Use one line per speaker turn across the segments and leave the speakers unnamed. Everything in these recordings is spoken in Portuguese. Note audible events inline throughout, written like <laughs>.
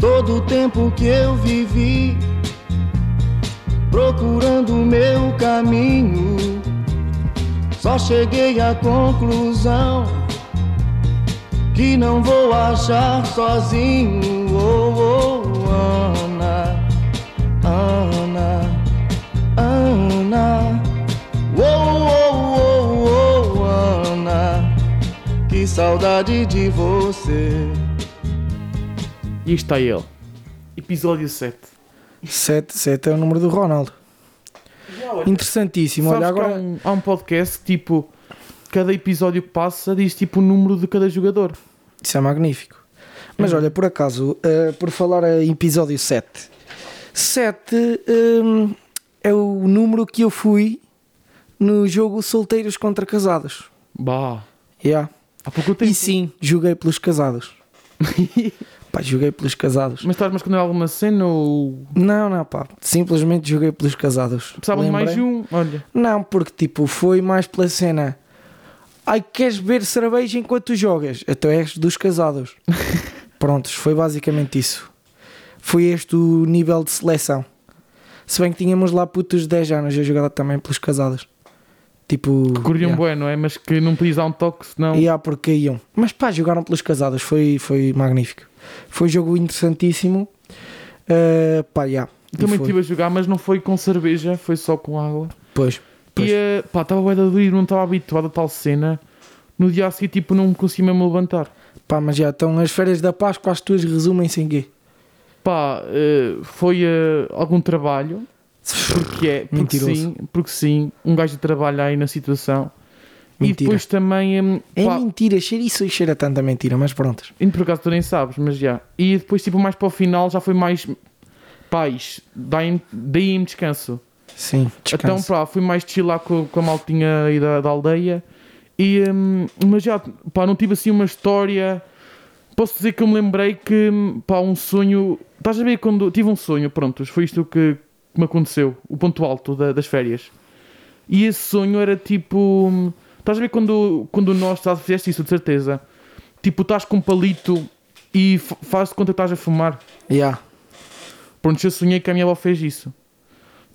todo o tempo que eu vivi procurando o meu caminho. Só cheguei à conclusão que não vou achar sozinho. Oh, oh, Ana, Ana, Ana. Oh, oh, oh, oh, Ana, que saudade de você.
E está ele. Episódio 7.
7, 7 é o número do Ronaldo. Interessantíssimo.
Sabes
Olha,
agora... há,
agora.
um, há um podcast que, tipo, cada episódio que passa diz tipo o número de cada jogador.
Isso é magnífico. Mas
Hum.
olha, por acaso, eh, por falar em episódio 7, 7 hum, é o número que eu fui no jogo Solteiros contra Casados.
Bah,
Yeah.
há pouco tempo.
E sim, joguei pelos <laughs> casados. Pá, joguei pelos casados.
Mas estás-me a esconder alguma cena ou.
Não, não, pá. Simplesmente joguei pelos casados.
Precisava de mais
Lembrei-
um? Olha.
Não, porque tipo, foi mais pela cena. Ai, queres beber cerveja enquanto jogas? Então és dos <laughs> casados. Prontos, foi basicamente isso. Foi este o nível de seleção. Se bem que tínhamos lá putos de 10 anos a jogar também pelos casados. Tipo.
Que curtiam
yeah.
bué, não é? Mas que não podias dar um toque, senão.
E há porque iam. Mas pá, jogaram pelos casados, foi, foi magnífico. Foi um jogo interessantíssimo. Uh, pá, já.
Também
foi.
estive a jogar, mas não foi com cerveja, foi só com água.
Pois, pois.
E eh, pá, estava bué de doer, não estava habituado a tal cena. No dia a seguir, tipo, não me consegui mesmo levantar.
Pá, mas já, então as férias da Páscoa, as tuas resumem-se em quê?
Pá, eh, foi eh, algum trabalho, porque é, porque
Mentiroso.
sim, porque sim, um gajo trabalha aí na situação. E
Mentira.
depois também, em,
É
pá,
mentira, cheira isso e cheira tanta mentira, mas pronto.
indo por acaso tu nem sabes, mas já. E depois, tipo, mais para o final, já foi mais paz, daí-me daí-me descanso.
Sim,
Então,
descanso.
pá, fui mais chilar com, com a maltinha aí da, da aldeia. E, hum, mas já, pá, não tive assim uma história. Posso dizer que eu me lembrei que, hum, pá, um sonho. Estás a ver quando. Tive um sonho, pronto, foi isto que, que me aconteceu, o ponto alto da- das férias. E esse sonho era tipo. hum, Estás a ver quando, quando nós estás, fizeste isso, de certeza. Tipo, estás com um palito e fa- fazes de conta que estás a fumar.
Já.
Pronto, eu sonhei que a minha avó fez isso.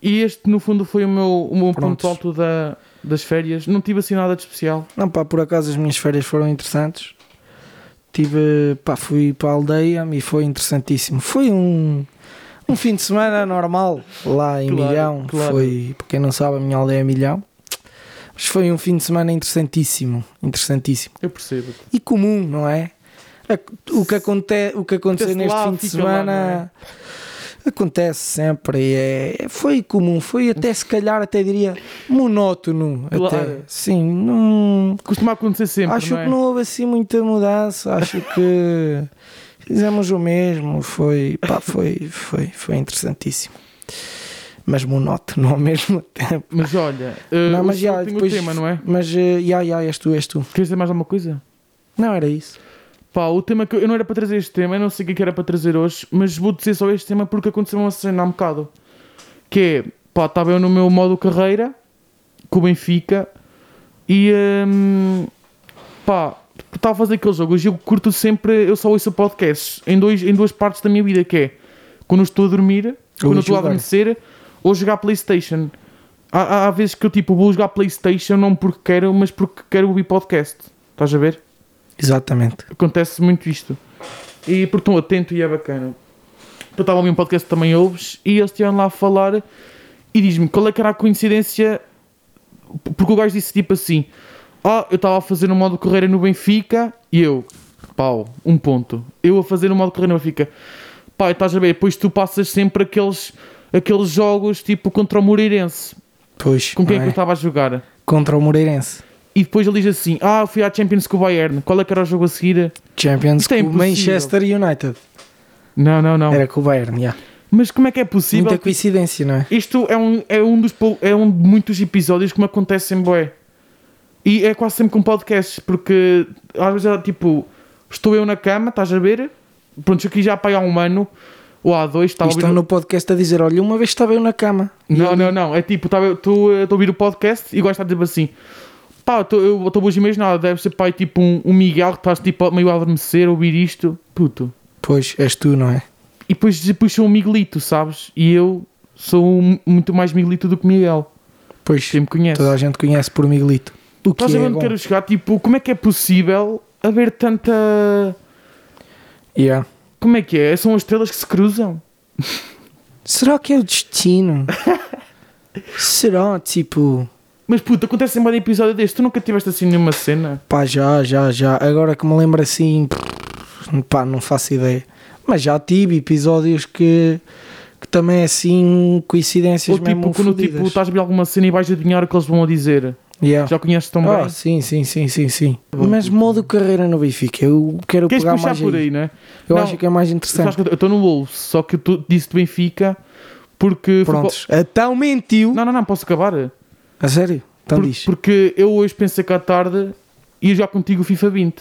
E este, no fundo, foi o meu, o meu
Prontos.
ponto alto da, das férias. Não tive assim nada de especial.
Não, pá, por acaso as minhas férias foram interessantes. Tive, pá, fui para a aldeia e foi interessantíssimo. Foi um, um fim de semana normal lá em
Claro,
Milhão.
claro.
Foi, para quem não sabe, a minha aldeia é Milhão. Mas foi um fim de semana interessantíssimo, interessantíssimo.
Eu percebo.
E comum, não é? A- O que, aconte, o que aconteceu
Acontece
neste
lá,
fim de
fica lá,
semana
não é?
acontece sempre e é, foi comum, foi até se calhar até diria monótono.
Claro.
Até, sim, não,
Costuma acontecer sempre,
Acho
não é?
que não houve assim muita mudança. Acho
<laughs>
que fizemos o mesmo. Foi, pá, foi, foi, foi interessantíssimo. Mas monótono ao mesmo tempo.
Mas olha, eh,
Não,
o
mas
senhor
já,
tem
depois-
o tema, não é?
Mas, eh, já, já, és tu, és tu.
Queres dizer mais alguma coisa?
Não era isso.
Pá, o tema que eu não era para trazer este tema, eu não sei o que é que era para trazer hoje, mas vou dizer só este tema porque aconteceu uma cena há um bocado. Que é, pá, estava eu no meu modo carreira, com o Benfica, e hum, pá, estava a fazer aquele jogo. Hoje eu curto sempre, eu só ouço podcasts em, dois, em duas partes da minha vida, que é quando estou a dormir, quando estou a
jogar.
adormecer, ou jogar Playstation. Há, há- há vezes que eu tipo vou jogar Playstation não porque quero, mas porque quero ouvir podcast. Estás a ver?
Exatamente.
acontece muito isto. E porque estão atento e é bacana. Eu estava a ouvir um podcast que também ouves e eles estiveram lá a falar e diz-me qual é que era a coincidência. Porque o gajo disse tipo assim: Ah, eu estava a fazer um modo carreira no Benfica e eu, pau, um ponto. Eu a fazer um modo carreira no Benfica, pá, e estás a ver? Pois tu passas sempre aqueles, aqueles jogos tipo contra o Moreirense,
Pois,
com quem é
não
que eu
é?
estava a jogar.
contra o Moreirense.
E depois ele diz assim: Ah, fui à Champions com o Bayern, qual é que era o jogo a seguir?
Champions
Isto é
com o
impossível.
Manchester United.
Não, não, não.
Era com o Bayern, já.
Mas como é que é possível?
Muita coincidência, não é?
Isto é um, é um dos pou- é um de muitos episódios que me acontecem bué. E é quase sempre com podcasts, porque às vezes é tipo, estou eu na cama, estás a ver? Pronto, aqui já pai há um ano, ou há dois,
E
estava a ouvir.
estão no podcast a dizer: olha, uma vez estava eu na cama.
Não, não, não. É tipo, estava eu- estou eh, estou a ouvir o podcast e gosto de dizer assim. Pá, eu estou- eu estou hoje imaginar, deve ser é pai tipo um, um Miguel que estás tipo meio a adormecer, a ouvir isto. Puto.
Pois, és tu, não é?
e depois, depois sou um Miguelito, sabes? E eu sou um- muito mais Miguelito do que Miguel.
Pois,
Quem me conhece.
toda a gente conhece por Miguelito. O que
Estás a ver
é
onde
bom.
quero chegar? Tipo, como é que é possível haver tanta.
Yeah.
Como é que é? São as estrelas que se cruzam.
Será que é
<laughs>
o destino? Será, tipo...
Mas puta, acontece em um episódio deste. Tu nunca tiveste assim nenhuma cena.
Pá, já, já, já. Agora que me lembro assim, prrr, pá, não faço ideia. Mas já tive episódios que, que também é assim, coincidências
Ou tipo,
mesmo
quando
fodidas.
tipo, estás a ver alguma cena e vais adivinhar o que eles vão dizer.
Yeah.
Já conheces tão
Ah,
bem. Tá
sim, sim, sim, sim, sim.
Bom,
Mas modo carreira no Benfica, eu quero
Queres
pegar
puxar
mais
por
aí.
aí, né?
Eu
Não,
acho que é mais interessante.
Sabes que eu estou no Wolves, só que eu tô- disse do Benfica porque. futebol-
Prontos. Então mentiu.
Não, não, não, posso acabar.
A sério? Então
Por-
diz.
porque eu hoje pensei que à tarde ia jogar contigo o FIFA 20.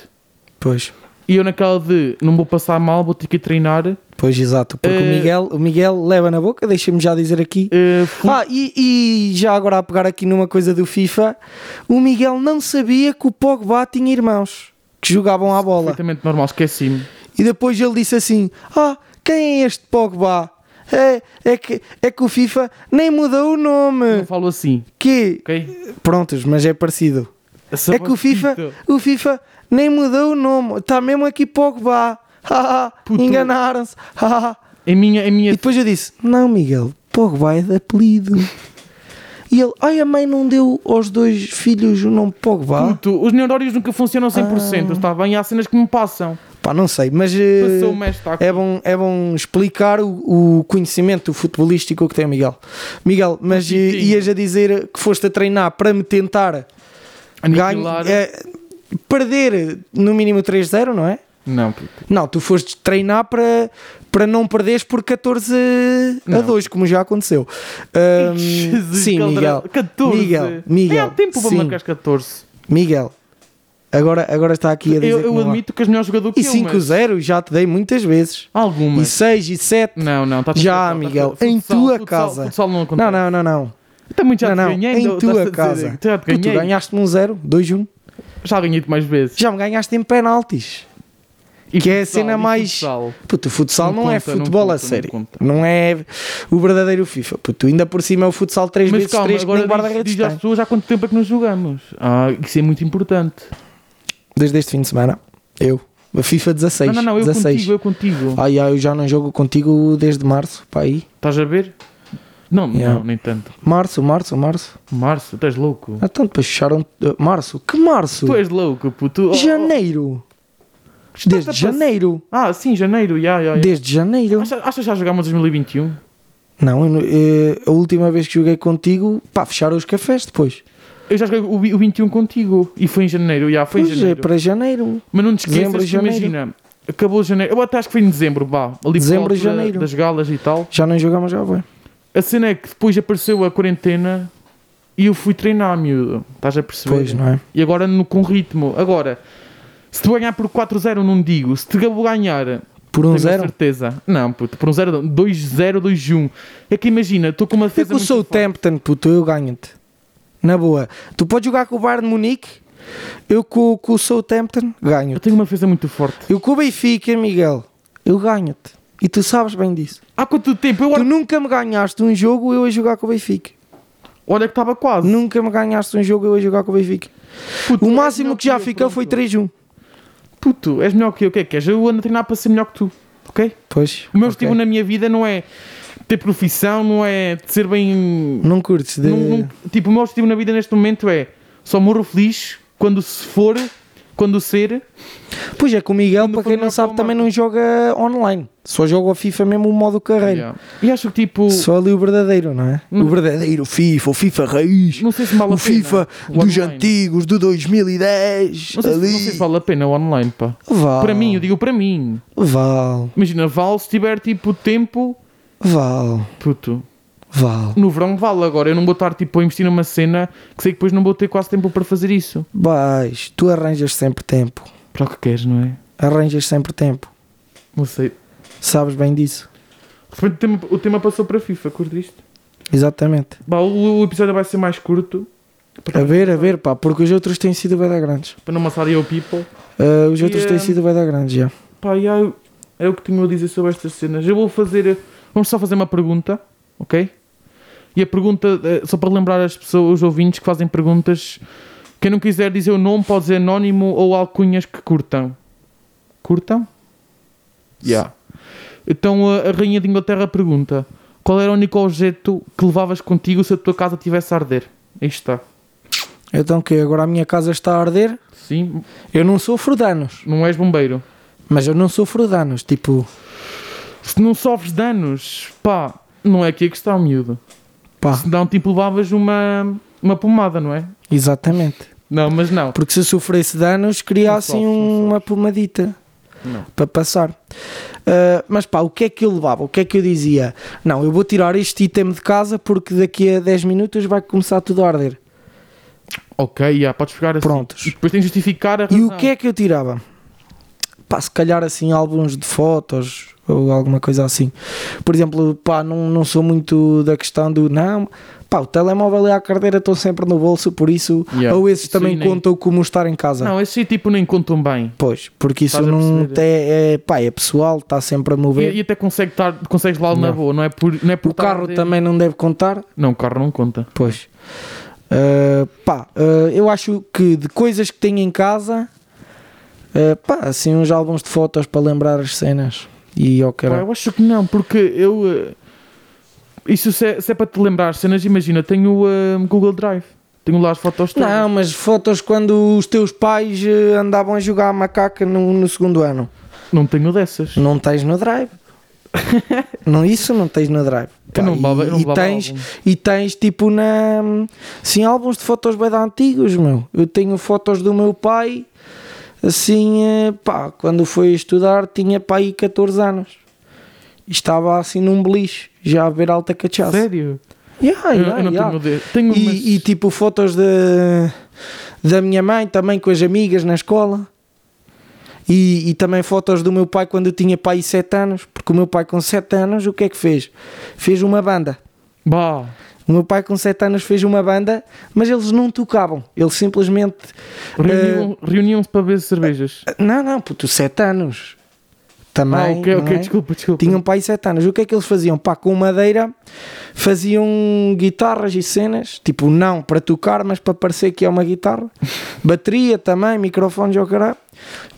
Pois.
E eu naquela de não vou passar mal, vou ter que ir treinar.
Pois, exato. Porque o,
Eh,
Miguel, o Miguel leva na boca, deixa-me já dizer aqui.
eh, fu-
Ah, e, e já agora a pegar aqui numa coisa do FIFA, o Miguel não sabia que o Pogba tinha irmãos que jogavam à bola.
perfeitamente normal, esqueci-me.
E depois ele disse assim: Ah, quem é este Pogba? É, é, que, é que o FIFA nem mudou o
Não
nome.
falo assim,
Que.
ok?
Prontos, mas é parecido. É que o FIFA, o FIFA nem mudou o nome. Está mesmo aqui Pogba. <laughs> Ah, ah,
Puto.
Enganaram-se. <laughs> Ah, ah.
Em é minha. Em
E
minha...
depois eu disse: Não, Miguel, Pogba é de apelido. E ele: Ai, a mãe não deu aos dois filhos o nome Pogba.
Puto, os neurónios nunca funcionam 100%,
Ah.
está bem? Há cenas que me passam.
Pá, não sei, mas. eh,
Passou-me esta aqui.
É bom, é bom explicar o, o conhecimento futebolístico que tem o Miguel. Miguel, mas eh,
Titinho.
ias a dizer que foste a treinar para me tentar
Aniquilar.
ganhar, eh, perder no mínimo 3-0, não é?
Não, puto.
Não, tu foste treinar para, para não perderes por 14 a
Não.
2, como já aconteceu.
Hum, <laughs>
Ahm,
Jesus,
sim,
Caldeira-
Miguel.
14.
Miguel,
É
Miguel.
há tempo para
sim,
marcar as 14.
Miguel. Agora, agora está aqui a dizer
Eu,
que
eu
não há.
admito que és melhor jogador que
E
eu.
5-0 já te dei muitas vezes.
Mas... Algumas.
E 6 e 7.
Não, não, tá
Já,
tá- tá-
Miguel,
futsal,
em
futsal,
tua
futsal,
casa.
Futsal não acontece.
Não, não, não, não.
Também já
não,
te
não.
ganhei.
em
ainda,
tua
estás a dizer,
casa.
Já
Pô,
te ganhei.
tu ganhaste-me um 0, 2, 1.
Já ganhei-te mais vezes.
Já me ganhaste em penaltis.
E
que é a
futsal,
cena
e
mais-
futsal.
Puto, o futsal não,
Não
é
conta, não
futebol
conta,
a
não
sério. Não,
conta.
é o verdadeiro FIFA. Puto, ainda por cima é o futsal 3
Mas
vezes
calma,
3 que nem
agora diz,
guarda-redes
diz às
tem.
pessoas há quanto tempo é que nós jogamos. Ah, isso é muito importante.
Desde este fim de semana. Eu. A FIFA 16.
não, não, não, eu
16.
contigo, eu contigo.
Ai, ai, eu já não jogo contigo desde março. Pá, aí.
Estás a ver? Não,
Yeah.
não, nem tanto.
Março, março, março.
Março, estás louco?
Ah, então depois fecharam. eh, Março? Que março?
Tu és louco, puto. Oh, oh.
Janeiro.
Estás a
Desde
passar-
janeiro.
Ah, sim, janeiro, já, já. já.
Desde janeiro.
Acha- Achas que já jogámos 2021?
Não, eu não- eh, a última vez que joguei contigo, pá, fecharam os cafés depois.
Eu já joguei o, vi- o 21 contigo e foi em janeiro, já, foi em
Pois é,
janeiro.
para janeiro.
Mas não te esqueças
Dezembro,
que
janeiro.
imagina, acabou janeiro, eu até acho que foi em dezembro, vá, ali por
Dezembro,
altura
janeiro.
das galas e tal.
Já não jogamos já, bem.
A cena é que depois apareceu a quarentena e eu fui treinar, miúdo. Estás a perceber?
Pois, não é?
E agora no, com ritmo. Agora, se tu ganhar por 4-0 não digo, se te Gabo ganhar...
Por
tenho
um
a
zero.
certeza. Não, puto, por um 0 não, 2-0, 2-1. É que imagina, estou com uma
Eu
defesa
que sou o
muito forte.
Tempton, puto, eu ganho-te. Na boa. Tu podes jogar com o Bayern de Munique, eu com, com o Southampton
Eu
ganho-te.
tenho uma defesa muito forte.
Eu com o Benfica, Miguel, eu ganho-te. E tu sabes bem disso.
Há quanto tempo? Eu
Tu
olha,
nunca me ganhaste um jogo eu a jogar com o Benfica.
olha é que estava quase.
Nunca me ganhaste um jogo eu a jogar com o Benfica.
Puto,
O
és
máximo
melhor
que já
eu,
ficou
pronto.
foi 3-1.
Puto, és melhor que eu, o que é que és? Eu ando a treinar para ser melhor que tu, ok?
Pois.
O meu
ok.
objetivo na minha vida não é ter profissão, não é de ser bem.
Não curtes de.
Não- não- tipo, o meu objetivo na vida neste momento é só morro feliz quando se for, quando ser.
Pois é que o Miguel,
Quando
para
for
quem não
melhor
sabe,
para o
também
Marco.
não joga online. Só joga o FIFA mesmo o modo carreira.
Yeah. E acho que tipo.
Só ali o verdadeiro, não é?
Não.
O verdadeiro FIFA, o FIFA raiz.
Não sei se vale a
o
pena.
FIFA
o
dos
online.
antigos, do 2010.
Não sei, se,
ali.
não sei se vale a pena o online, pá.
Vale.
Para mim, eu digo para mim.
Vale,
Imagina, vale se tiver tipo tempo.
vale,
Puto,
vale.
no verão vale agora. Eu não vou estar tipo a investir numa cena que sei que depois não vou ter quase tempo para fazer isso.
Vais, tu arranjas sempre tempo.
Para o que queres, não é?
Arranjas sempre tempo.
Não sei.
Sabes bem disso.
De repente o tema, o tema passou para FIFA, curtiste?
Exatamente.
Bah, o, o episódio vai ser mais curto
A ver, a ver, pá, porque os outros têm sido bem da grandes.
para não amassar eu people.
Ah, os outros
E,
têm
hum,
sido bem da grandes, já.
Pá, e há- Era o que tinha a dizer sobre estas cenas. Eu vou fazer. Vamos só fazer uma pergunta, ok? E a pergunta, eh, só para lembrar as pessoas, os ouvintes que fazem perguntas, quem não quiser dizer o nome pode dizer anónimo ou alcunhas que curtam. Curtam? Yeah. Então a, a Rainha de Inglaterra pergunta: Qual era o único objeto que levavas contigo se a tua casa estivesse a arder? Aí está.
Então que agora a minha casa está a arder.
Sim,
Eu não sofro danos,
não és bombeiro.
mas eu não sofro danos. Tipo,
Se não sofres danos, pá, não é aqui que está o miúdo.
pá,
Se não, tipo, levavas uma, uma pomada, não é?
exatamente.
Não, mas não.
Porque se eu sofresse danos,
Não
queria
sofres,
assim
não
uma pomadita
Não.
para passar. Ah, mas pá, o que é que eu levava? O que é que eu dizia? Não, eu vou tirar este item de casa porque daqui a 10 minutos vai começar tudo a arder.
Ok, yeah, podes pegar assim.
Prontos.
E depois tens de justificar a razão.
E o que é que eu tirava? Pá, se calhar assim, álbuns de fotos ou alguma coisa assim. Por exemplo, pá, não, não sou muito da questão do não, pá, o telemóvel e a carteira estão sempre no bolso, por isso,
Yeah.
ou esses
Isso
também
aí nem-
contam como estar em casa.
Não, esses aí, tipo, nem contam bem.
Pois, porque isso
Estás a
não
perceber?
é, é, pá, é pessoal, está sempre a mover.
E, e até consegue tar, consegues lá na
Não.
boa, não é por. Não é por
o
estar a
carro
arder.
também não deve contar,
Não, o carro não conta.
pois. Ah, pá, ah, eu acho que de coisas que tenho em casa, ah, pá, assim uns álbuns de fotos para lembrar as cenas. E ó,
Pá,
caralho.
eu acho que não, porque eu. eh, Isso se é, se é para te lembrar cenas, imagina, tenho o eh, Google Drive. Tenho lá as fotos todas.
Não, mas fotos quando os teus pais eh, andavam a jogar a macaca no, no segundo ano.
Não tenho dessas.
Não tens no drive. não, isso não tens no drive.
Eu não levava- eu não
e, e
levava
tens,
álbum.
e tens tipo na. Sim, álbuns de fotos bem antigos, meu. Eu tenho fotos do meu pai, assim, eh, pá, quando foi estudar tinha pai 14 anos. E estava assim num beliche, já a ver alta cachaça.
Sério?
Yeah,
Eu-
yeah,
eu, não
yeah.
tenho de... Tenho umas...
E, e, tipo fotos de, da minha mãe também com as amigas na escola. E, e também fotos do meu pai quando eu tinha pai 7 anos. Porque o meu pai com 7 anos o que é que fez? Fez uma banda.
Bah,
O meu pai com 7 anos fez uma banda, mas eles não tocavam. Eles simplesmente. eh,
reuniam- reuniam-se para beber cervejas.
Não, não, puto, 7 anos. Também.
ah, ok,
não
ok,
é?
desculpa, desculpa.
Tinham pai 7 anos. O que é que eles faziam? Pá, com madeira faziam guitarras e cenas, tipo, não para tocar, mas para parecer que é
<laughs>
uma guitarra. Bateria também, microfones ao caralho.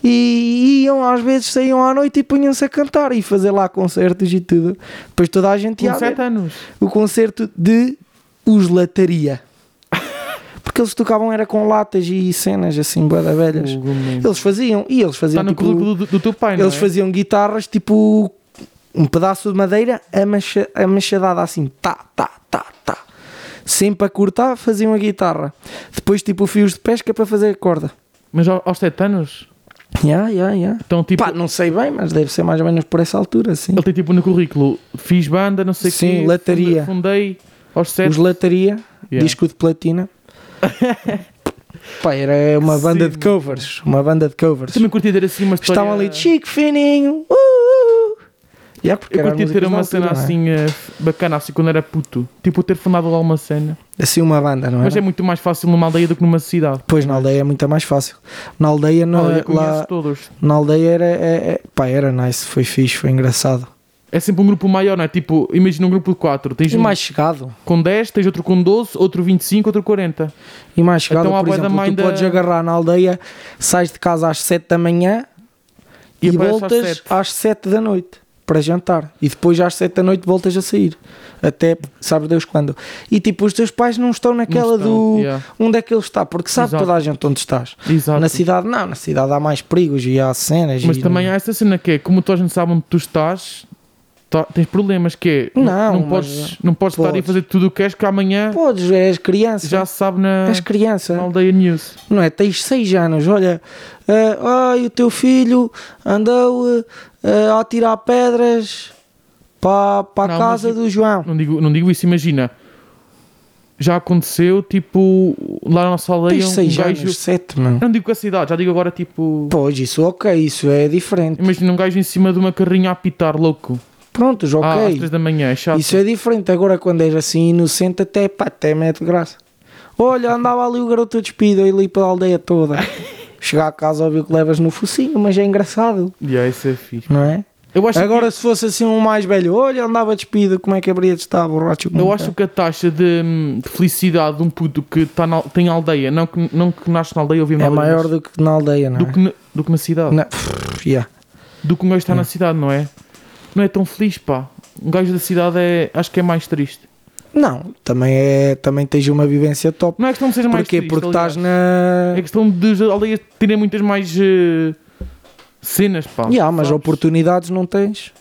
E iam, às vezes saíam à noite e punham-se a cantar e fazer lá concertos e tudo. Depois toda a gente ia
Com
a ver
7 anos.
o concerto de Os Lataria. Porque eles tocavam era com latas e cenas assim, bué da velhas.
Fogo, mano.
Eles faziam, e eles faziam
Está no
tipo,
currículo do, do teu pai, não
eles
é?
faziam guitarras tipo um pedaço de madeira amacha- amachadada assim, tá, tá, tá, tá. Sempre a cortar, faziam a guitarra. Depois, tipo, fios de pesca para fazer a corda.
Mas ao- aos 7 anos?
Ya, ya, ya.
Então, tipo,
Pá, não sei bem, mas deve ser mais ou menos por essa altura, assim.
ele tem tipo no currículo, fiz banda, não sei o
Sim,
quê,
lataria.
Fundei aos 7.
Os Lataria,
Yeah.
disco
<laughs>
de platina. Pá, era uma
Sim,
banda de
mano.
covers. Uma banda de covers.
Também curti ter assim uma história...
Estavam ali de Chico Fininho. Uh, uh, uh. Ya, porque
Eu
eram
curti
músicas
ter
da
uma
altura,
cena
não é?
assim eh, bacana, assim, quando era puto. Tipo, ter fundado lá uma cena.
Assim, uma banda, não é?
Mas é muito mais fácil numa aldeia do que numa cidade.
Pois na aldeia é muito mais fácil. Na aldeia, na,
Olha, conheço
lá,
todos.
na aldeia era, é, é- pá, era nice, foi fixe, foi engraçado.
É sempre um grupo maior, não é? Tipo, imagina um grupo de 4. Tens
E
um
mais chegado,
com 10, tens outro com 12, outro 25, outro 40.
e mais chegado,
Então, à
por
bué da
exemplo,
mãe
tu
da-
podes agarrar na aldeia, sais de casa às 7 da manhã
E
e,
aparece às
voltas
sete.
às 7 da noite para jantar. E depois às 7 da noite voltas a sair. Até sabe Deus quando. E tipo, os teus pais não estão
Não
naquela do
estão, yeah.
onde é que ele está, porque sabe
Exato.
toda a gente onde estás.
Exato.
Na cidade, não, na cidade há mais perigos e há cenas.
Mas
e-
também há essa cena que é, como toda a gente sabe onde tu estás, tá- tens problemas que é,
Não,
não
mas-
podes, não podes estar e
podes.
fazer tudo o que és que amanhã
Podes, és criança.
já se sabe na,
És criança.
na aldeia news.
não é? Tens 6 anos, olha, eh, ai, o teu filho andou eh, eh, a tirar pedras para
Não,
a casa
mas-
do João.
Não digo, não digo isso, imagina. Já aconteceu, tipo, lá na nossa aldeia
Tens
um
6
gajo...
anos, 7, mano.
Não digo com a cidade, já digo agora, tipo...
Pois, isso ok, isso é diferente.
Imagina um gajo em cima de uma carrinha a apitar, louco.
Prontos, ok.
Ah, às 3 da manhã, é chato.
Isso é diferente. Agora, quando és assim inocente, até pá, até mete graça. Olha, andava ali o garoto despido ali pela
<laughs>
aldeia toda. Chegar a casa, óbvio que levas no focinho, mas é engraçado,
Yeah, isso é fixe.
não é?
Eu acho
Agora, se fosse assim um mais velho, olha, andava despido, como é que haveria de estar borracho?
Eu acho que a taxa de, hum, de felicidade de um puto que tá na, tem aldeia, não que, não que nasce na aldeia ou vive na
é
aldeia,
maior
mas
do que na aldeia, não é?
do, que na, do que na cidade.
Não, pff, yeah.
Do que um gajo está
Não.
na cidade, não é? Não é tão feliz, pá. Um gajo da cidade é, acho que é mais triste.
Não, também, é, também tens uma vivência top.
Não é questão de ser mais
Porquê?
triste.
Porque tá-
aliás.
estás na.
É questão de as aldeias terem muitas mais eh, cenas, pá.
Yeah, mas
Sabes?
oportunidades não tens.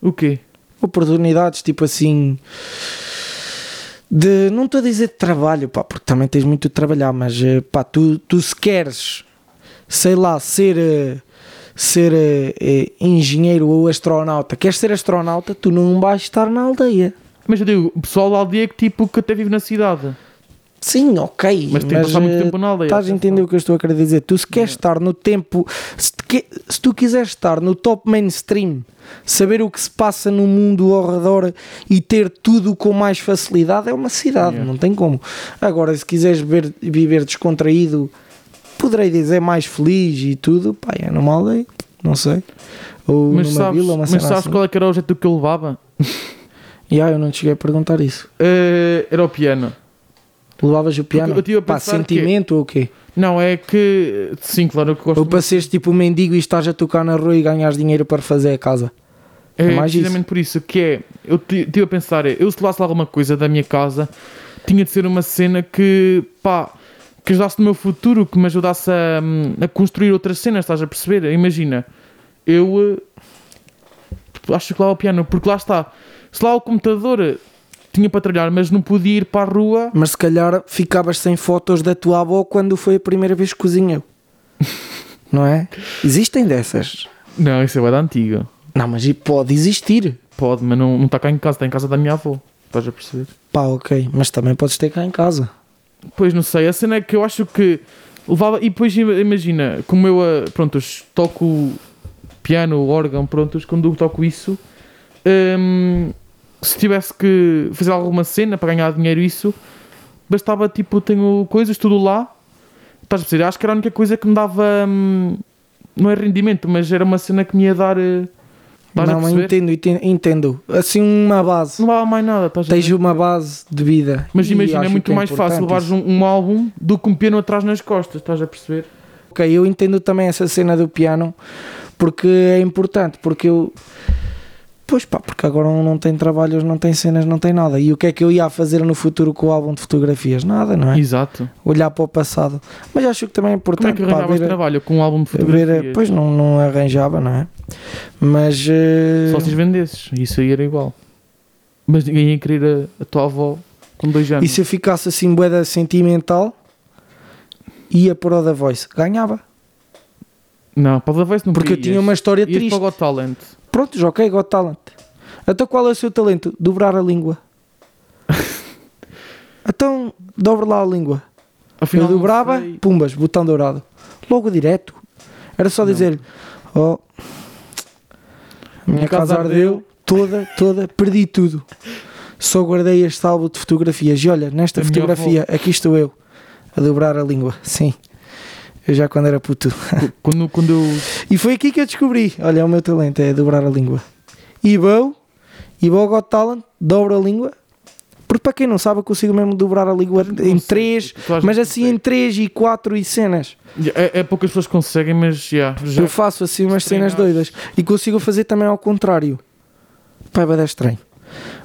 O quê?
Oportunidades tipo assim. De, não estou a dizer de trabalho, pá, porque também tens muito de trabalhar, mas eh, pá, tu, tu se queres, sei lá, ser, eh, ser eh, eh, engenheiro ou astronauta, queres ser astronauta, tu não vais estar na aldeia.
Mas eu digo, o pessoal da aldeia que tipo que até vive na cidade.
Sim, ok,
Mas tem que passar muito
eh,
tempo na aldeia.
Estás a entender o que eu estou a querer dizer? Tu se queres estar no tempo, se, te que- se tu quiseres estar no top mainstream, saber o que se passa no mundo ao redor e ter tudo com mais facilidade, é uma cidade,
Yeah.
não tem como. Agora, se quiseres ver- viver descontraído, poderei dizer mais feliz e tudo, pá, é numa aldeia, não sei. Ou
Mas
numa
sabes,
vila, uma
mas
cena
sabes
assim.
qual é que era o jeito que eu levava?
Yeah, eu não te cheguei a perguntar isso.
Eh, era o piano.
Tu levavas o piano?
eu tive a
Pá,
pensar que-
sentimento ou o quê?
Não, é que. Sim, claro que gosto.
Ou para seres tipo um mendigo e estás a tocar na rua e ganhas dinheiro para fazer a casa.
É
É mais isso.
precisamente por isso que é. Eu estive a pensar, é, eu se levasse lá alguma coisa da minha casa, tinha de ser uma cena que, pá, que ajudasse no meu futuro, que me ajudasse a, hum, a construir outras cenas, estás a perceber? Imagina, eu eh, acho que lá o piano, porque lá está. Se lá o computador eh, tinha para trabalhar, mas não podia ir para a rua,
Mas se calhar ficavas sem fotos da tua avó quando foi a primeira vez que <laughs> cozinhou. Não é? Existem dessas.
não, isso é bué da antiga.
Não, mas e pode existir.
Pode, mas não não está cá em casa, está em casa da minha avó. Estás a perceber?
Pá, ok. Mas também podes ter cá em casa.
Pois não sei, a cena é que eu acho que levava. E depois ima- imagina, como eu ah, prontos, toco piano, órgão, prontos, quando eu toco isso, hum, se tivesse que fazer alguma cena para ganhar dinheiro, isso bastava tipo, tenho coisas, tudo lá. Estás a perceber? Acho que era a única coisa que me dava. hum, não é rendimento, mas era uma cena que me ia dar. eh, Estás a
não, mas
perceber?
entendo, enten- entendo. Assim, uma base.
Não dava mais nada, estás a
Tens
ver?
uma base de vida.
Mas
E
imagina, é
acho que
muito mais fácil
importante
levares
isso.
um, um álbum do que um piano atrás nas costas, estás a perceber?
Ok, eu entendo também essa cena do piano porque é importante, porque eu. Pois pá, porque agora um não tem trabalhos, não tem cenas, não tem nada. E o que é que eu ia fazer no futuro com o álbum de fotografias? Nada, não é?
Exato.
Olhar para o passado. Mas acho que também é
Como é
importante.
que
pá,
arranjavas
ver a-
trabalho com um álbum de
ver a-
fotografias?
eh, Pois não, não arranjava, não é? Mas. eh,
Só se os vendesses, isso aí era igual. Mas ninguém ia querer a, a tua avó com dois anos.
E se eu ficasse assim, boeda sentimental, ia para o da Voice. Ganhava.
Não, para o Voice não
Porque eu
ias.
tinha uma história
Ias
triste.
para o Got Talent.
Prontos, ok, Got é Talent. Então qual é o seu talento? Dobrar a
<laughs>
língua. então, dobre lá a língua.
Afinal,
eu
não
dobrava,
sei.
pumbas, botão dourado. Logo direto. Era só
Não.
dizer-lhe: Oh, a minha casa, ardeu toda, toda, perdi tudo. Só guardei este álbum de fotografias. E olha, nesta
A minha
fotografia, aqui estou eu, a dobrar a língua. Sim, eu já quando era puto.
Quando, quando eu.
E foi aqui que eu descobri. Olha, o meu talento é dobrar a língua. E vou, e vou ao Got Talent, dobro a língua. Porque para quem não sabe, eu consigo mesmo dobrar a língua em
consegue,
três,
tu achas
mas
que
assim em três e quatro e cenas.
É, é poucas pessoas que conseguem, mas yeah, já.
Eu faço assim umas cenas
treinares.
doidas. E consigo fazer também ao contrário. Pai, vai dar estranho.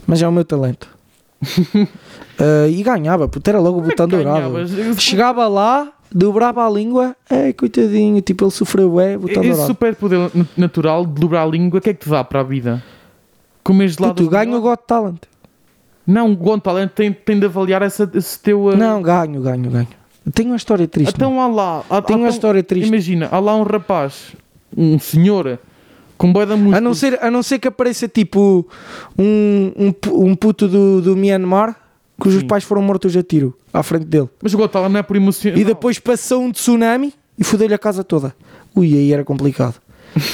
Mas é o
<laughs>
meu talento. Ah, e ganhava, puto, era logo o botão dourado.
Ganhavas. Eu-
Chegava lá, dobrava a língua, é coitadinho, tipo ele sofreu, é, botão
Esse
dourado.
super poder natural de dobrar a língua, o que é que te dá para a vida? Comes lá.
Puto, ganho o Got Talent.
Não, o Got Talent tem, tem de avaliar essa, esse teu. uh,
Não, ganho, ganho, ganho. Tenho uma história triste.
Então há lá. Há, há
tenho uma
tão-
história triste.
Imagina, há lá um rapaz, um senhor, com boi da música.
A não, ser, a não ser que apareça tipo um, um, pu- um puto do, do Myanmar cujos
Sim.
pais foram mortos a tiro à frente dele.
Mas o Gotala não é por emocionar.
E depois passou um tsunami e fodeu-lhe a casa toda. Ui, aí era
<laughs>
complicado.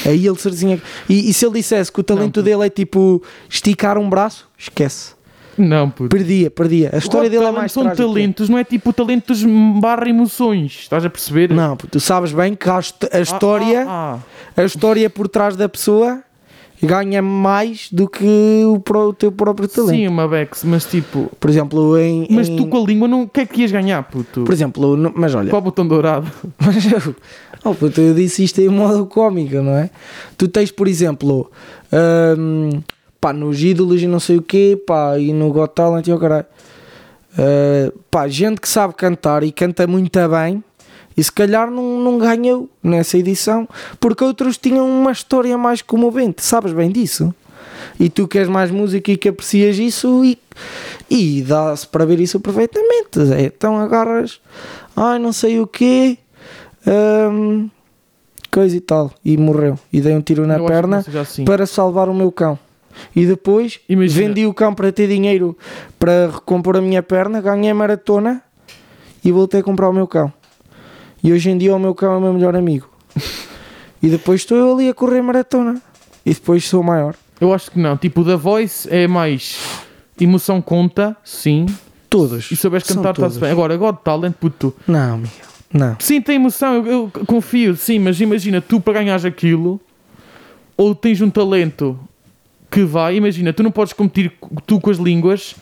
Aí ele cerzinha. E, e se ele dissesse que o talento dele é tipo esticar um braço, esquece.
Não, puto.
Perdia, perdia. A história
O Got
dele é
Talent
mais
São
trágica.
talentos, não é tipo talentos barra emoções. Estás a perceber?
Não, tu sabes bem que há hist- a
Ah,
história.
ah, ah.
a história por trás da pessoa ganha mais do que o, pró- o teu próprio talento.
Sim, uma Bex, mas tipo.
Por exemplo, em.
Mas
em-
tu com a língua, não, o que é que ias ganhar, puto?
Por exemplo, no- mas olha. <laughs>
Qual o botão dourado?
Mas eu, oh, puto, eu disse isto em modo cómico, não é? Tu tens, por exemplo, hum, pá, nos ídolos e não sei o quê, pá, e no Got Talent e o caralho. Uh, pá, gente que sabe cantar e canta muito bem e se calhar não, não ganhou nessa edição porque outros tinham uma história mais comovente, sabes bem disso? E tu queres mais música e que aprecias isso e, e dá-se para ver isso perfeitamente. é, Então agarras, ai não sei o quê, hum, coisa e tal, e morreu. E dei um tiro na
Eu acho que
perna
não seja assim.
para salvar o meu cão. E depois
Imagina.
vendi o cão para ter dinheiro para recompor a minha perna, ganhei a maratona e voltei a comprar o meu cão. E hoje em dia o meu cão é o meu melhor amigo. e depois estou eu ali a correr maratona. E depois sou maior.
Eu acho que não. Tipo, o da voice é mais. Emoção conta, sim.
Todos.
E souberes
São
cantar, está-se
todos.
bem. Agora, God Talent, puto.
Não, Miguel. Não.
Sim, tem emoção, eu, eu confio, sim, mas imagina, tu para ganhares aquilo, ou tens um talento que vai, imagina, tu não podes competir co- tu com as línguas,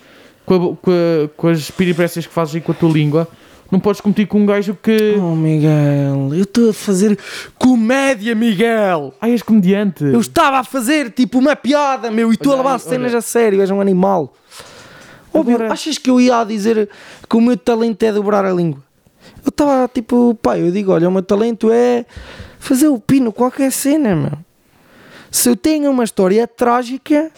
com, a bo- com a- com as piripécias que fazes aí com a tua língua, não podes competir com um gajo que.
Oh, Miguel. Eu estou a fazer comédia, Miguel.
Ai, és comediante.
Eu estava a fazer tipo uma piada, meu, e tu a
Olha,
levar
olha.
cenas a sério, és um animal. Óbvio,
Agora-
achas que eu ia dizer que o meu talento é dobrar a língua? Eu estava tipo, pá, eu digo, olha, o meu talento é fazer o pino, qualquer cena, meu. Se eu tenho uma história trágica,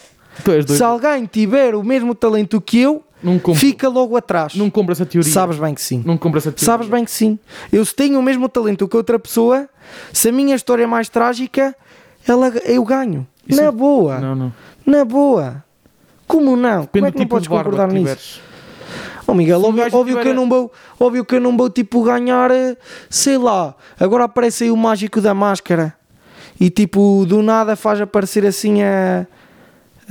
tu és doido.
se alguém tiver o mesmo talento que eu,
Não compro,
fica logo atrás.
não compro essa um teoria.
Sabes bem que sim.
Não compro essa teoria.
Sabes bem que sim. Eu se tenho o mesmo talento que outra pessoa, se a minha história é mais trágica, ela, eu ganho.
Isso- é-
Na é boa.
Não, não.
Na boa. Como não? Como
Depende
é que
do
não
tipo de
podes concordar
barba que
nisso?
tiveres.
Oh Miguel,
Se um
óbvio,
gajo
óbvio que
tiver
eu
a-
não vou, óbvio que eu não vou tipo ganhar, eh, sei lá. Agora aparece aí o mágico da máscara e tipo do nada faz aparecer assim a,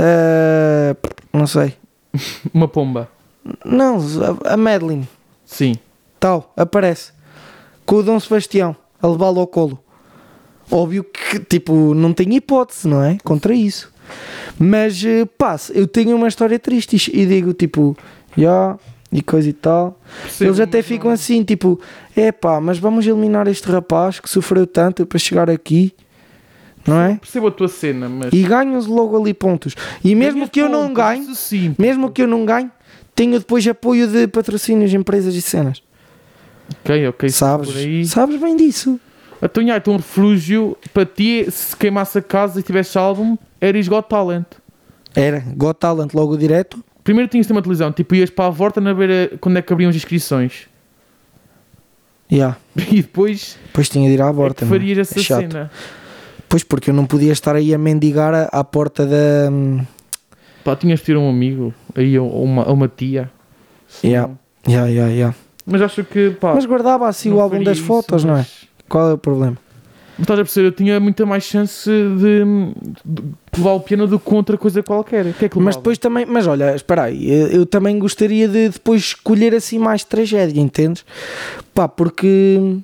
a- não sei.
Uma pomba.
Não, a, a Madeline.
Sim.
tal, aparece com o Dom Sebastião a levá-lo ao colo. Óbvio que, tipo, não tem hipótese, não é? Contra isso. Mas, eh, pá, se eu tenho uma história triste e ch- e digo, tipo, já, e coisa e tal.
Percebo,
Eles até
mas
ficam
não-
assim, tipo, é pá, mas vamos eliminar este rapaz que sofreu tanto para chegar aqui, não é?
Percebo a tua cena, mas.
E ganham logo ali pontos. E mesmo
Ganhas
que eu não
pontos,
ganhe,
isso Sim,
mesmo que eu não ganhe, tenho depois apoio de patrocínios, empresas e cenas.
Ok, ok. por aí.
Sabes, sabes bem disso.
Então, yeah, então um refúgio para ti, se queimasse a casa e tivesse álbum, eras Got Talent.
Era, Got Talent logo direto.
Primeiro tinhas de ter uma televisão, tipo, ias para a volta na ver quando é que abriam as inscrições. <laughs>
Yeah.
E depois
Depois tinha de ir à
é que
porta. mano.
farias essa
É chato.
cena.
Pois porque eu não podia estar aí a mendigar a- à porta da. hum,
Pá, tinhas de ter um amigo aí ou ou uma, ou uma tia. Sim.
Yeah. Yeah, yeah, yeah.
Mas acho que pá.
Mas guardava assim
não
o álbum
faria
das
isso,
fotos, não é?
mas-
Qual é o problema?
Mas estás a perceber, eu tinha muita mais chance de, de levar o piano do que outra coisa qualquer. O que é que
Mas
levava?
depois também, mas olha, espera aí, eu, eu também gostaria de depois escolher assim mais tragédia, entendes? Pá, porque. hum,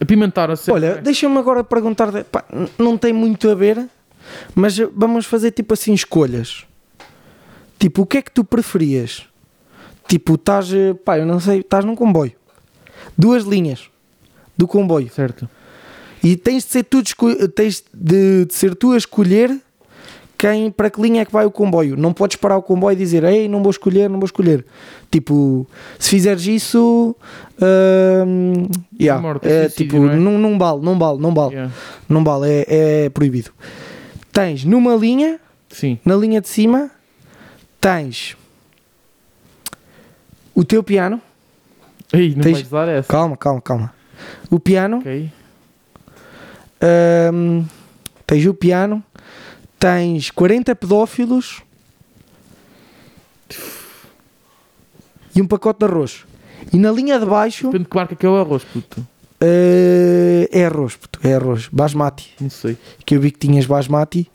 Apimentar a cena. é?
Olha, deixa-me agora perguntar, pá, n- não tem muito a ver, mas vamos fazer tipo assim escolhas. Tipo, o que é que tu preferias? Tipo, estás, eh, pá, eu não sei, estás num comboio. Duas linhas do comboio.
Certo.
E tens de ser tu, de esco- tens de, de ser tu a escolher quem, para que linha é que vai o comboio. Não podes parar o comboio e dizer, ei, não vou escolher, não vou escolher. Tipo, se fizeres isso, hum, yeah,
Morte,
é,
suicídio,
tipo,
não é?
não, não vale, não vale, não vale.
Yeah.
Não vale, é, é proibido. Tens numa linha,
Sim.
na linha de cima, tens o teu piano.
Aí, não
Tens-
vais dar essa.
Calma, calma, calma. O piano,
Ok.
hum, tens o piano, tens 40 pedófilos e um pacote de arroz. E na linha de baixo
Depende de que marca que é o arroz, puto.
eh, é arroz, puto, é arroz, basmati.
Não sei.
que eu vi que tinhas basmati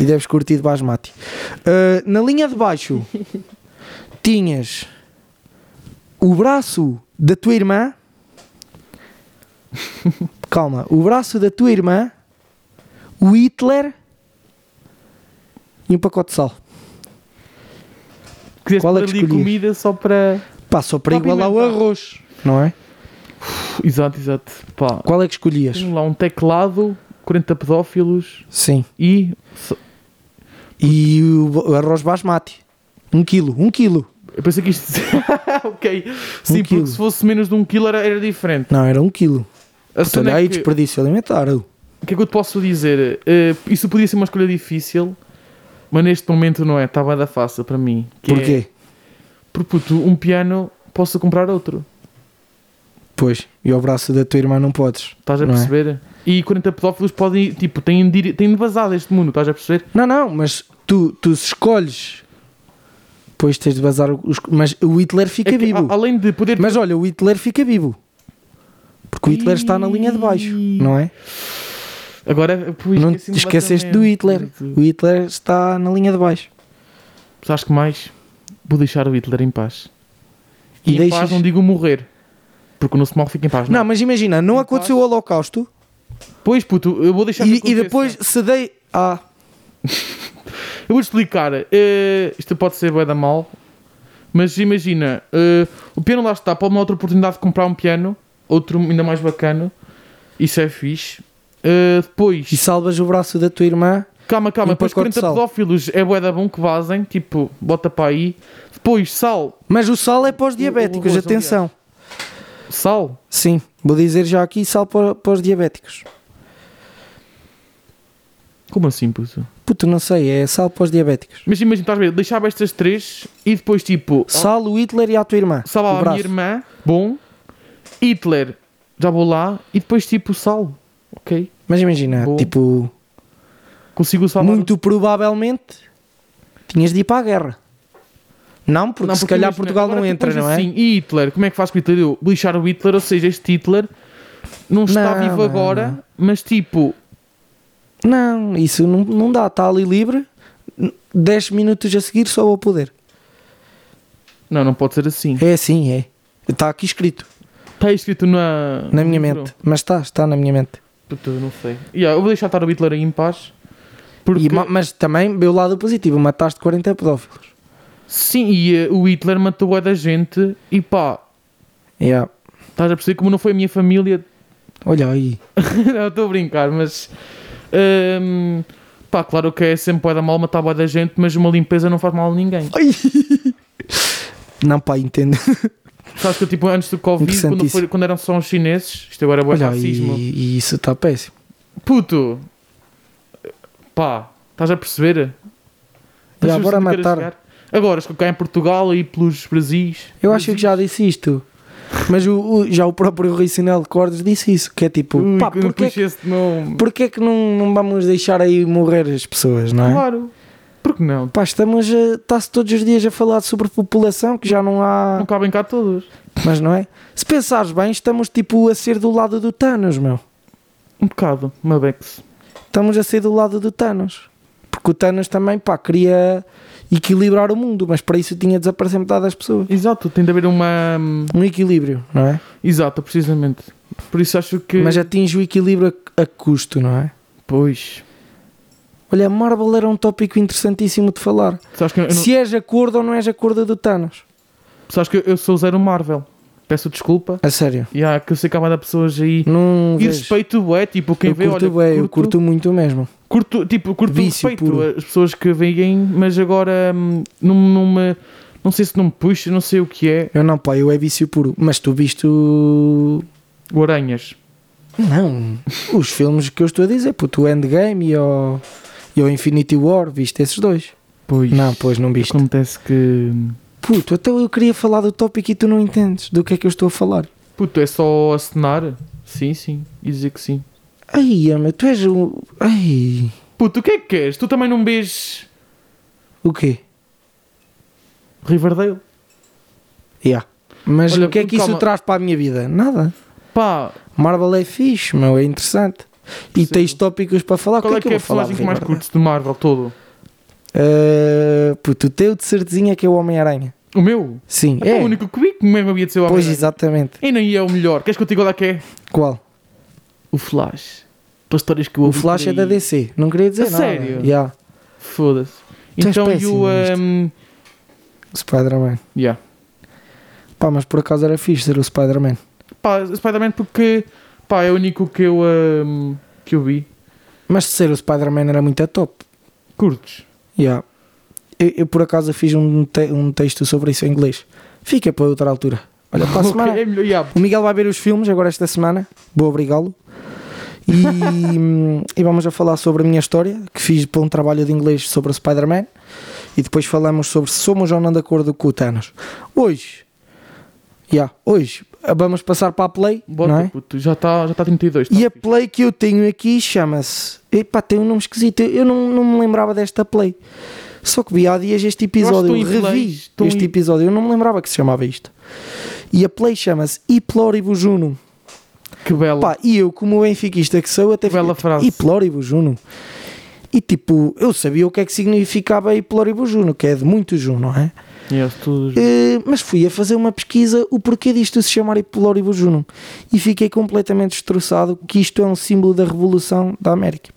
e deves curtir de basmati. Ah, na linha
<laughs>
de baixo tinhas o braço da tua irmã. Calma, o braço da tua irmã, o Hitler e um pacote de sal.
Quiseste
Qual é
pôr
que
ali
escolhias?
comida só para.
Pá, só para
Só
igualar o
pimentar.
arroz, não é?
Exato, exato. Pá,
Qual é que escolhias?
tenho lá um teclado, 40 pedófilos
Sim.
e.
E o bo- o arroz basmati. Um quilo, um quilo.
Eu pensei que isto. <laughs> ok. Sim,
Um quilo.
porque se fosse menos de um quilo era, era diferente.
Não, era um quilo.
A
Portanto,
cena é
aí
que-
desperdício alimentar. eu.
O que é que eu te posso dizer? Eh, isso podia ser uma escolha difícil, mas neste momento não é. Está bem da fácil para mim. que é-
Porquê?
Porque puto, um piano posso comprar outro.
Pois, e ao braço da tua irmã não podes.
Estás a
Não é?
perceber? E 40 pedófilos podem, tipo, têm de, ir- têm de vazar deste mundo, estás a perceber?
Não, não, mas tu, tu se escolhes. Pois tens de bazar os. Mas o Hitler fica
É que,
vivo.
a- além de poder.
Mas olha, o Hitler fica vivo. Porque o Hitler está na linha de baixo,
Ih.
não é?
Agora, pô,
Não te
esqueci-me
esqueceste do
completamente,
Hitler.
puto.
O Hitler está na linha de baixo.
Mas acho que mais? Vou deixar o Hitler em paz.
E
E, em
deixas-
paz não digo morrer. Porque o nosso mal fica em paz. Não,
Não, mas imagina, não aconteceu o Holocausto
Pois, puto, eu vou deixar que
e, e
aconteça.
depois se dei. Ah,
Eu vou explicar. eh, isto pode ser bué da mal, mas imagina, eh, o piano lá está, pode uma outra oportunidade de comprar um piano, outro ainda mais bacana. Isso é fixe. Eh, depois,
e salvas o braço da tua irmã.
calma, calma,
um
depois
pacote
40
de sal.
pedófilos é bué da bom que vazem, tipo, bota para aí. Depois, sal,
Mas o sal é para os diabéticos,
arroz,
atenção.
sal.
Sim, vou dizer já aqui sal para, para os diabéticos.
Como assim, puto?
Puto, não sei, é sal para os diabéticos.
Mas imagina, estás a ver, deixava estas três e depois, tipo,
Sal, o Hitler e a tua irmã.
sal
o
à minha
braço.
irmã, bom, Hitler, já vou lá, e depois, tipo, sal, ok?
Mas imagina,
Bom.
tipo,
Consigo salvar o
muito provavelmente tinhas de ir para a guerra. Não, porque se calhar
imagina,
Portugal
agora
não
tu
entra,
pões
não é?
assim, e Hitler, como é que faz com o Hitler? Eu lixar o Hitler, ou seja, este Hitler não está
Não,
vivo
não,
agora, mas tipo,
Não, isso não, não dá. Está ali livre. 10 minutos a seguir só ao poder.
não, não pode ser assim.
É assim, é. Está aqui escrito,
Está aí escrito na,
na minha
no livro.
mente. Mas está, está na minha mente.
Puta, eu não sei. Yeah, eu vou deixar estar o Hitler aí em paz. Porque,
E ma- mas também, vê o lado positivo, mataste 40 pedófilos.
sim, e eh, o Hitler matou a da gente e pá,
Yeah.
estás a perceber como não foi a minha família, <laughs>
Olha aí.
Não, estou a brincar, mas. hum, pá, claro que é sempre bué da mal matar bué da gente, mas uma limpeza não faz mal a ninguém.
<laughs> Não, pá, entendo.
Sabes que eu, tipo, antes do Covid, quando,
Interessantíssimo.
foi- quando eram só os chineses, isto agora é bué
Olha aí,
racismo.
e isso está péssimo.
Puto! Pá, estás a perceber? Estás
Já,
a perceber
bora
onde quero
matar.
chegar? Agora, acho que cá em Portugal e pelos Brasis.
Eu acho que já disse isto. Mas o, o- já o próprio Rui Sinel de Cordes disse isso, que é tipo,
Ui,
pá,
que não
porquê,
puxa esse nome.
porquê que não, não vamos deixar aí morrer as pessoas, não é?
Claro. Porque não?
Pá, estamos a. Está-se todos os dias a falar de sobrepopulação, que já não
Não
há.
cabem cá todos.
Mas não é? Se pensares bem, estamos tipo a ser do lado do Thanos, meu.
Um bocado, uma Bex.
Estamos a ser do lado do Thanos. Porque o Thanos também, pá, queria equilibrar o mundo, mas para isso tinha de desaparecer metade das pessoas.
Exato, tem de haver uma. hum,
Um equilíbrio, não é?
Exato, precisamente. Por isso acho que.
Mas atinge o equilíbrio a, a que custo, não é?
Pois.
Olha, Marvel era um tópico interessantíssimo de falar.
Sabes que eu, não-
Se é- és a corda ou não és a corda do Thanos.
sabes que eu- eu sou zero Marvel. Peço desculpa.
A sério.
E há que eu sei que há mais pessoas aí.
Não
E
vejo.
respeito bué, tipo, quem
eu
vê,
curto,
olha,
bué, eu curto muito mesmo.
curto- tipo, curto
Vício
respeito
puro.
as pessoas que veem, mas agora hum, não, não me, não sei se não me puxa, não sei o que é,
Eu não, pá, eu é vício puro. Mas tu viste o.
o Aranhas.
Não. Os filmes que eu estou a dizer, puto, o Endgame e o, e o Infinity War, viste esses dois?
Pois,
Não, pois não viste.
acontece que, hum,
Puto, até eu queria falar do tópico e tu não entendes do que é que eu estou a falar.
puto, é só acenar, sim, sim, e dizer que sim.
Ai, ama, tu és um. Ai.
Puto, o que é que queres? Tu também não vês
O quê?
Riverdale?
Yeah. Mas
Olha,
o que é que isso
calma.
traz para a minha vida? Nada.
Pá,
Marvel é fixe, meu, é interessante. E
Percebo.
tens tópicos para falar.
qual
o
é que é
eu
a
vou falar?
personagem que mais
Ricardo?
curtes do Marvel todo?
Ah, puto, o teu de certezinha que é o Homem-Aranha.
O meu?
Sim,
É
é.
o único que vi que mesmo havia de ser o
Pois,
Homem-Aranha.
exatamente.
E nem é o melhor. Queres que eu te diga lá que é?
Qual?
O Flash. Pelas histórias que eu
O
ouvi
Flash
por
é
aí.
da DC. Não queria dizer
A
nada.
sério?
Yeah.
Foda-se.
Tu és
Então, e o.
péssimo nisto.
ehm,
Spider-Man.
yeah.
Pá, mas por acaso era fixe ser o Spider-Man.
Pá, Spider-Man, porque. Pá, é o único que eu. ehm, que eu vi.
Mas ser o Spider-Man era muito a top.
Curtes.
Yeah. Eu, eu por acaso fiz um, te- um texto sobre isso em inglês. Fica para outra altura.
<laughs>
Olha, para a
Ok,
semana.
É melhor. yeah.
O Miguel vai ver os filmes agora esta semana. Vou obrigá-lo. E, hum, e <laughs> vamos a falar sobre a minha história, que fiz para um trabalho de inglês sobre o Spider-Man. E depois falamos sobre se somos ou não de acordo com o Thanos. Hoje, yeah, hoje ah, vamos passar para a Play,
Bota,
não é?
puto, já está já tá 32. tá
E a
fixe.
Play que eu tenho aqui chama-se... Epá, tem um nome esquisito. Eu não, não me lembrava desta Play. Só que vi há dias este
acho que
episódio,
estão em
revi
plays, estão
este
em-
episódio. Eu não me lembrava que se chamava isto. E a Play chama-se Iploribus Unum.
Que bela.
Pá, e eu, como benfiquista que sou, até tipo,
Bela frase.
E ploribus Juno. E tipo, eu sabia o que é que significava e ploribus Juno, que é de muito Juno, não é?
Yes, tudo junto.
Eh, mas fui a fazer uma pesquisa o porquê disto se chamar Hiploribus Unum e fiquei completamente destroçado que isto é um símbolo da Revolução da América.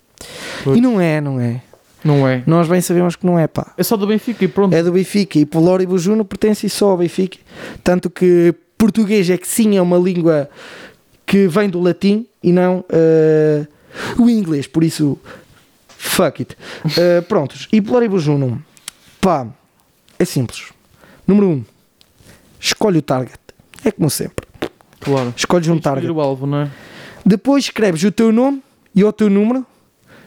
Pois.
E não é, não é.
Não é?
Nós bem sabemos que não é, pá.
É só do Benfica e pronto.
É do Benfica e Polóribus Juno pertence só ao Benfica. Tanto que português é que sim, é uma língua que vem do latim e não eh, o inglês, por isso fuck it. Eh, prontos, e Polóribus Juno, pá, é simples. Número 1, um, escolhe o target. É como sempre,
Claro.
escolhes um
Escolher
target.
o alvo, não é?
Depois escreves o teu nome e o teu número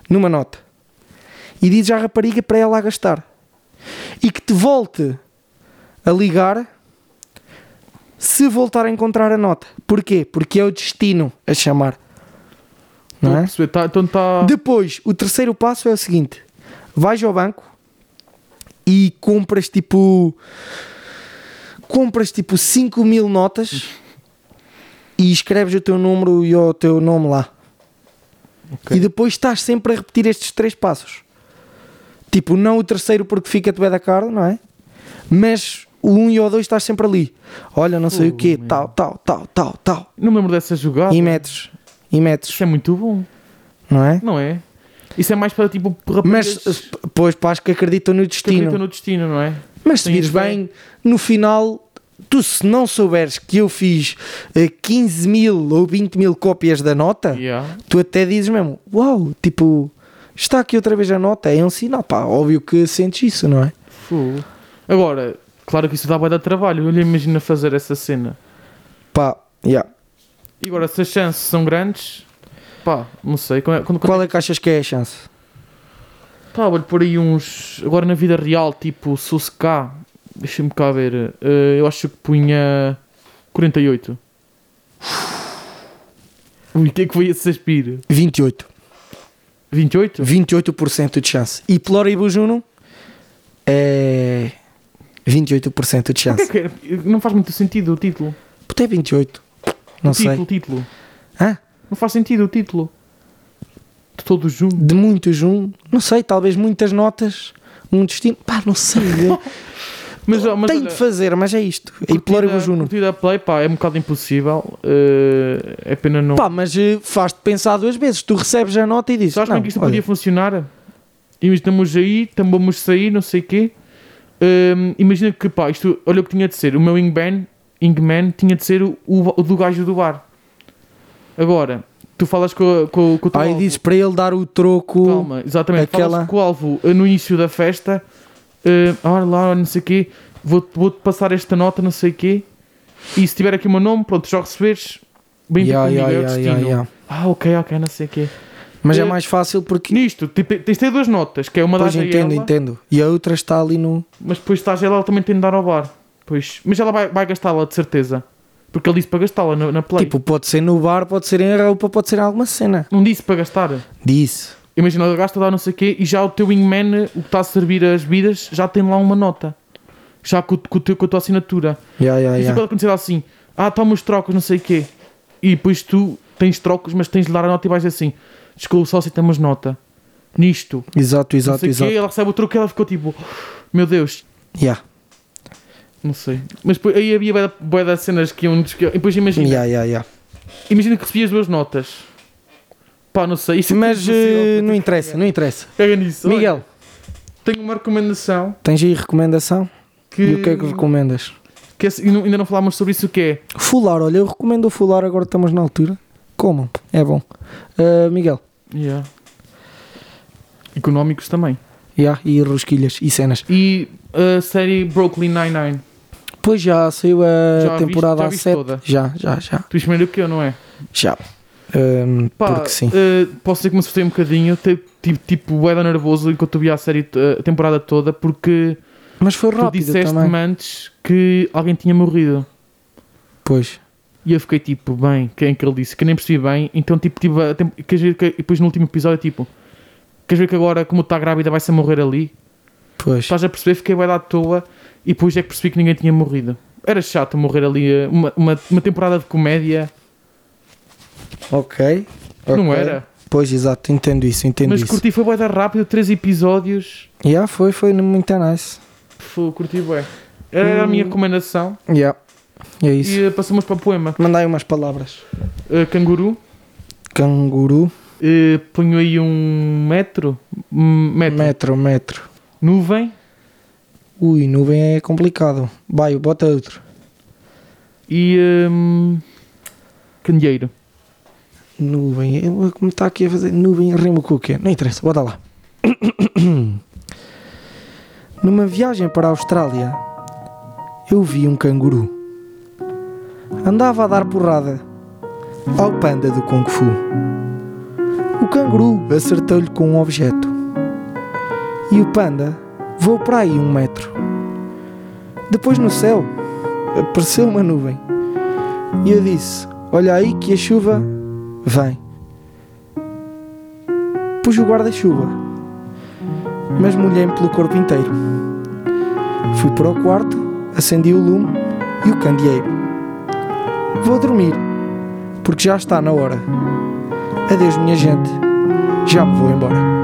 numa nota. E dizes à rapariga para ela a gastar. E que te volte a ligar se voltar a encontrar a nota. Porquê? Porque é o destino a chamar. Não
Estou a
é?
perceber, tá- então está.
Depois, o terceiro passo é o seguinte: vais ao banco e compras tipo. Compras tipo 5 mil notas e escreves o teu número e o teu nome lá.
Ok.
E depois estás sempre a repetir estes três passos. Tipo, não o terceiro porque fica-te bem da cara, não é? Mas o um e o dois estás sempre ali. Olha, não sei o quê,
meu.
tal, tal, tal, tal, tal.
Não me lembro dessa jogada.
E metes, e metes,
Isso é muito bom,
não é?
não é? Isso é mais para tipo
Mas,
rapazes
eh, pois, pá, acho que acreditam no
que acreditam
destino.
no destino, não é?
Mas se
Sim,
vires
isso é.
bem, no final, tu se não souberes que eu fiz eh, 15 mil ou 20 mil cópias da nota,
Yeah.
tu até dizes mesmo, uau, tipo, está aqui outra vez a nota, é um sinal, pá, óbvio que sentes isso, não é?
Fogo. Agora, claro que isso dá bué de trabalho. Eu lhe imagino fazer essa cena.
Pá, yeah.
E agora, se as chances são grandes, pá, não sei. Quando, quando,
Qual é que achas que é a chance?
Pá, olho por aí uns. Agora na vida real, tipo, se fosse cá, deixa-me cá ver. eh, eu acho que punha 48. Ui, o que é que foi esse aspiro?
28.
28?
28% de chance. E Ploribus Juno é 28% de
Porquê <laughs>
chance.
que era? Não faz muito sentido o título.
Puta, é 28. Não
o
sei.
título, título.
Hã?
Não faz sentido o título. De todo junto.
de muitos, um, não sei, talvez muitas notas, um destino, pá,
<laughs>
não sei.
Mas, ó, mas
Tenho
olha,
de fazer, mas é isto. E
curtida-
pluribus unum.
curtida play, pá, é um bocado impossível. eh, é pena não.
Pá, mas eh, faz-te pensar duas vezes. Tu recebes a nota e dizes,
Sabes como é que isto
não,
podia
olha,
funcionar? Imagina, estamos aí, estamos vamos sair, não sei o quê. Hum, imagina que, pá, isto, olha o que tinha de ser. O meu Ingman, Ingman tinha de ser o, o- o do gajo do bar. Agora, tu falas com, a- com, com o teu
Aí
alvo.
dizes para ele dar o troco.
Calma, exatamente.
aquela-
Falas com o alvo eh, no início da festa. eh, olha lá, olha, não sei o quê. Vou- Vou-te passar esta nota, não sei o quê. E se tiver aqui o meu nome, pronto, já receberes. Bem
Yeah,
comigo,
yeah,
é o
yeah,
destino.
yeah, yeah.
Ah, ok, ok, não sei o quê.
Mas é
Eh,
mais fácil porque.
Nisto, tipo, tens de ter duas notas, que é uma
Pois
das
entendo,
ela,
entendo. E a outra está ali no.
mas depois estás ela, ela também tem de dar ao bar. Pois. Mas ela vai, vai gastá-la, de certeza. Porque ele disse para gastá-la na, na play.
Tipo, pode ser no bar, pode ser em roupa, pode ser em alguma cena.
Não disse para gastar.
Disse.
Imagina, ela gasta lá não sei o quê e já o teu wingman, o que está a servir as bebidas, já tem lá uma nota. Já com, o- com o teu- com a tua assinatura.
Yeah, yeah,
Isso pode
yeah.
acontecer assim. Ah, toma os trocos, não sei o quê. E depois tu tens trocos, mas tens de dar a nota e vais assim. Desculpa, só aceitamos nota. Nisto.
Exato,
Não
exato,
sei o quê,
exato.
ela recebe o troco e ela ficou tipo... Meu Deus,
Yeah.
Não sei. Mas depois- aí havia bué da- bué das cenas que iam. desca- E depois imagina,
Yeah, yeah, yeah.
imagina que recebias duas notas. Pá, não sei. Isso é
Mas
impossível,
eh,
puto.
não interessa, não interessa.
Caga nisso.
Miguel,
tenho uma recomendação
Tens aí recomendação?
que.
E o que é que recomendas?
que é- e não- ainda não falámos sobre isso, que é.
Fular, olha, eu recomendo o fular, agora estamos na altura. Comam, é bom. Ah, Miguel,
Yeah. Económicos também.
já, e rosquilhas e cenas.
E a série Brooklyn Nine-Nine.
Pois já saiu a
Já viste-
temporada
já
a
viste
7.
toda?
Já, já, já.
Tu viste primeiro que eu, não é?
Já. Ahm,
Pá,
porque sim.
eh, posso dizer que me assustei um bocadinho, te- tive tipo era nervoso enquanto eu via a série eh, a temporada toda, porque
Mas foi
tu
rápido também.
disseste-me antes que alguém tinha morrido.
Pois.
E eu fiquei tipo, bem, quem é que ele disse? Que nem percebi bem. Então, tipo, tive a tempo, queres ver que, e depois no último episódio, tipo, queres ver que agora, como está grávida, vai-se a morrer ali?
Pois.
Estás a perceber? Fiquei bem à toa e depois é que percebi que ninguém tinha morrido. Era chato morrer ali eh, uma, uma, uma temporada de comédia,
Ok.
não
ok.
era?
Pois, exato, entendo isso, entendo
Mas
isso.
curti, foi bué da rápido, três episódios.
Já, foi, foi muito nice.
Fô, curti bué. Era a minha recomendação.
Já. É isso.
E eh, passamos para o poema.
Mandai umas palavras.
Eh, canguru.
Canguru,
Eh, ponho aí um metro. Hum, metro.
metro, metro.
Nuvem.
Ui, nuvem é complicado. Baio, bota outro.
E. hum, candeeiro.
Nuvem, eu- como está aqui a fazer? Nuvem rima com o quê? Não interessa, bota lá. <coughs> Numa viagem para a Austrália, eu vi um canguru. Andava a dar porrada ao panda do Kung Fu. O canguru acertou-lhe com um objeto. E o panda voou para aí um metro. Depois no céu apareceu uma nuvem. E eu disse: Olha aí que a chuva Vem. Pus o guarda-chuva, mas molhei-me pelo corpo inteiro. Fui para o quarto, acendi o lume e o candeeiro. Vou dormir, porque já está na hora. Adeus, minha gente. Já me vou embora.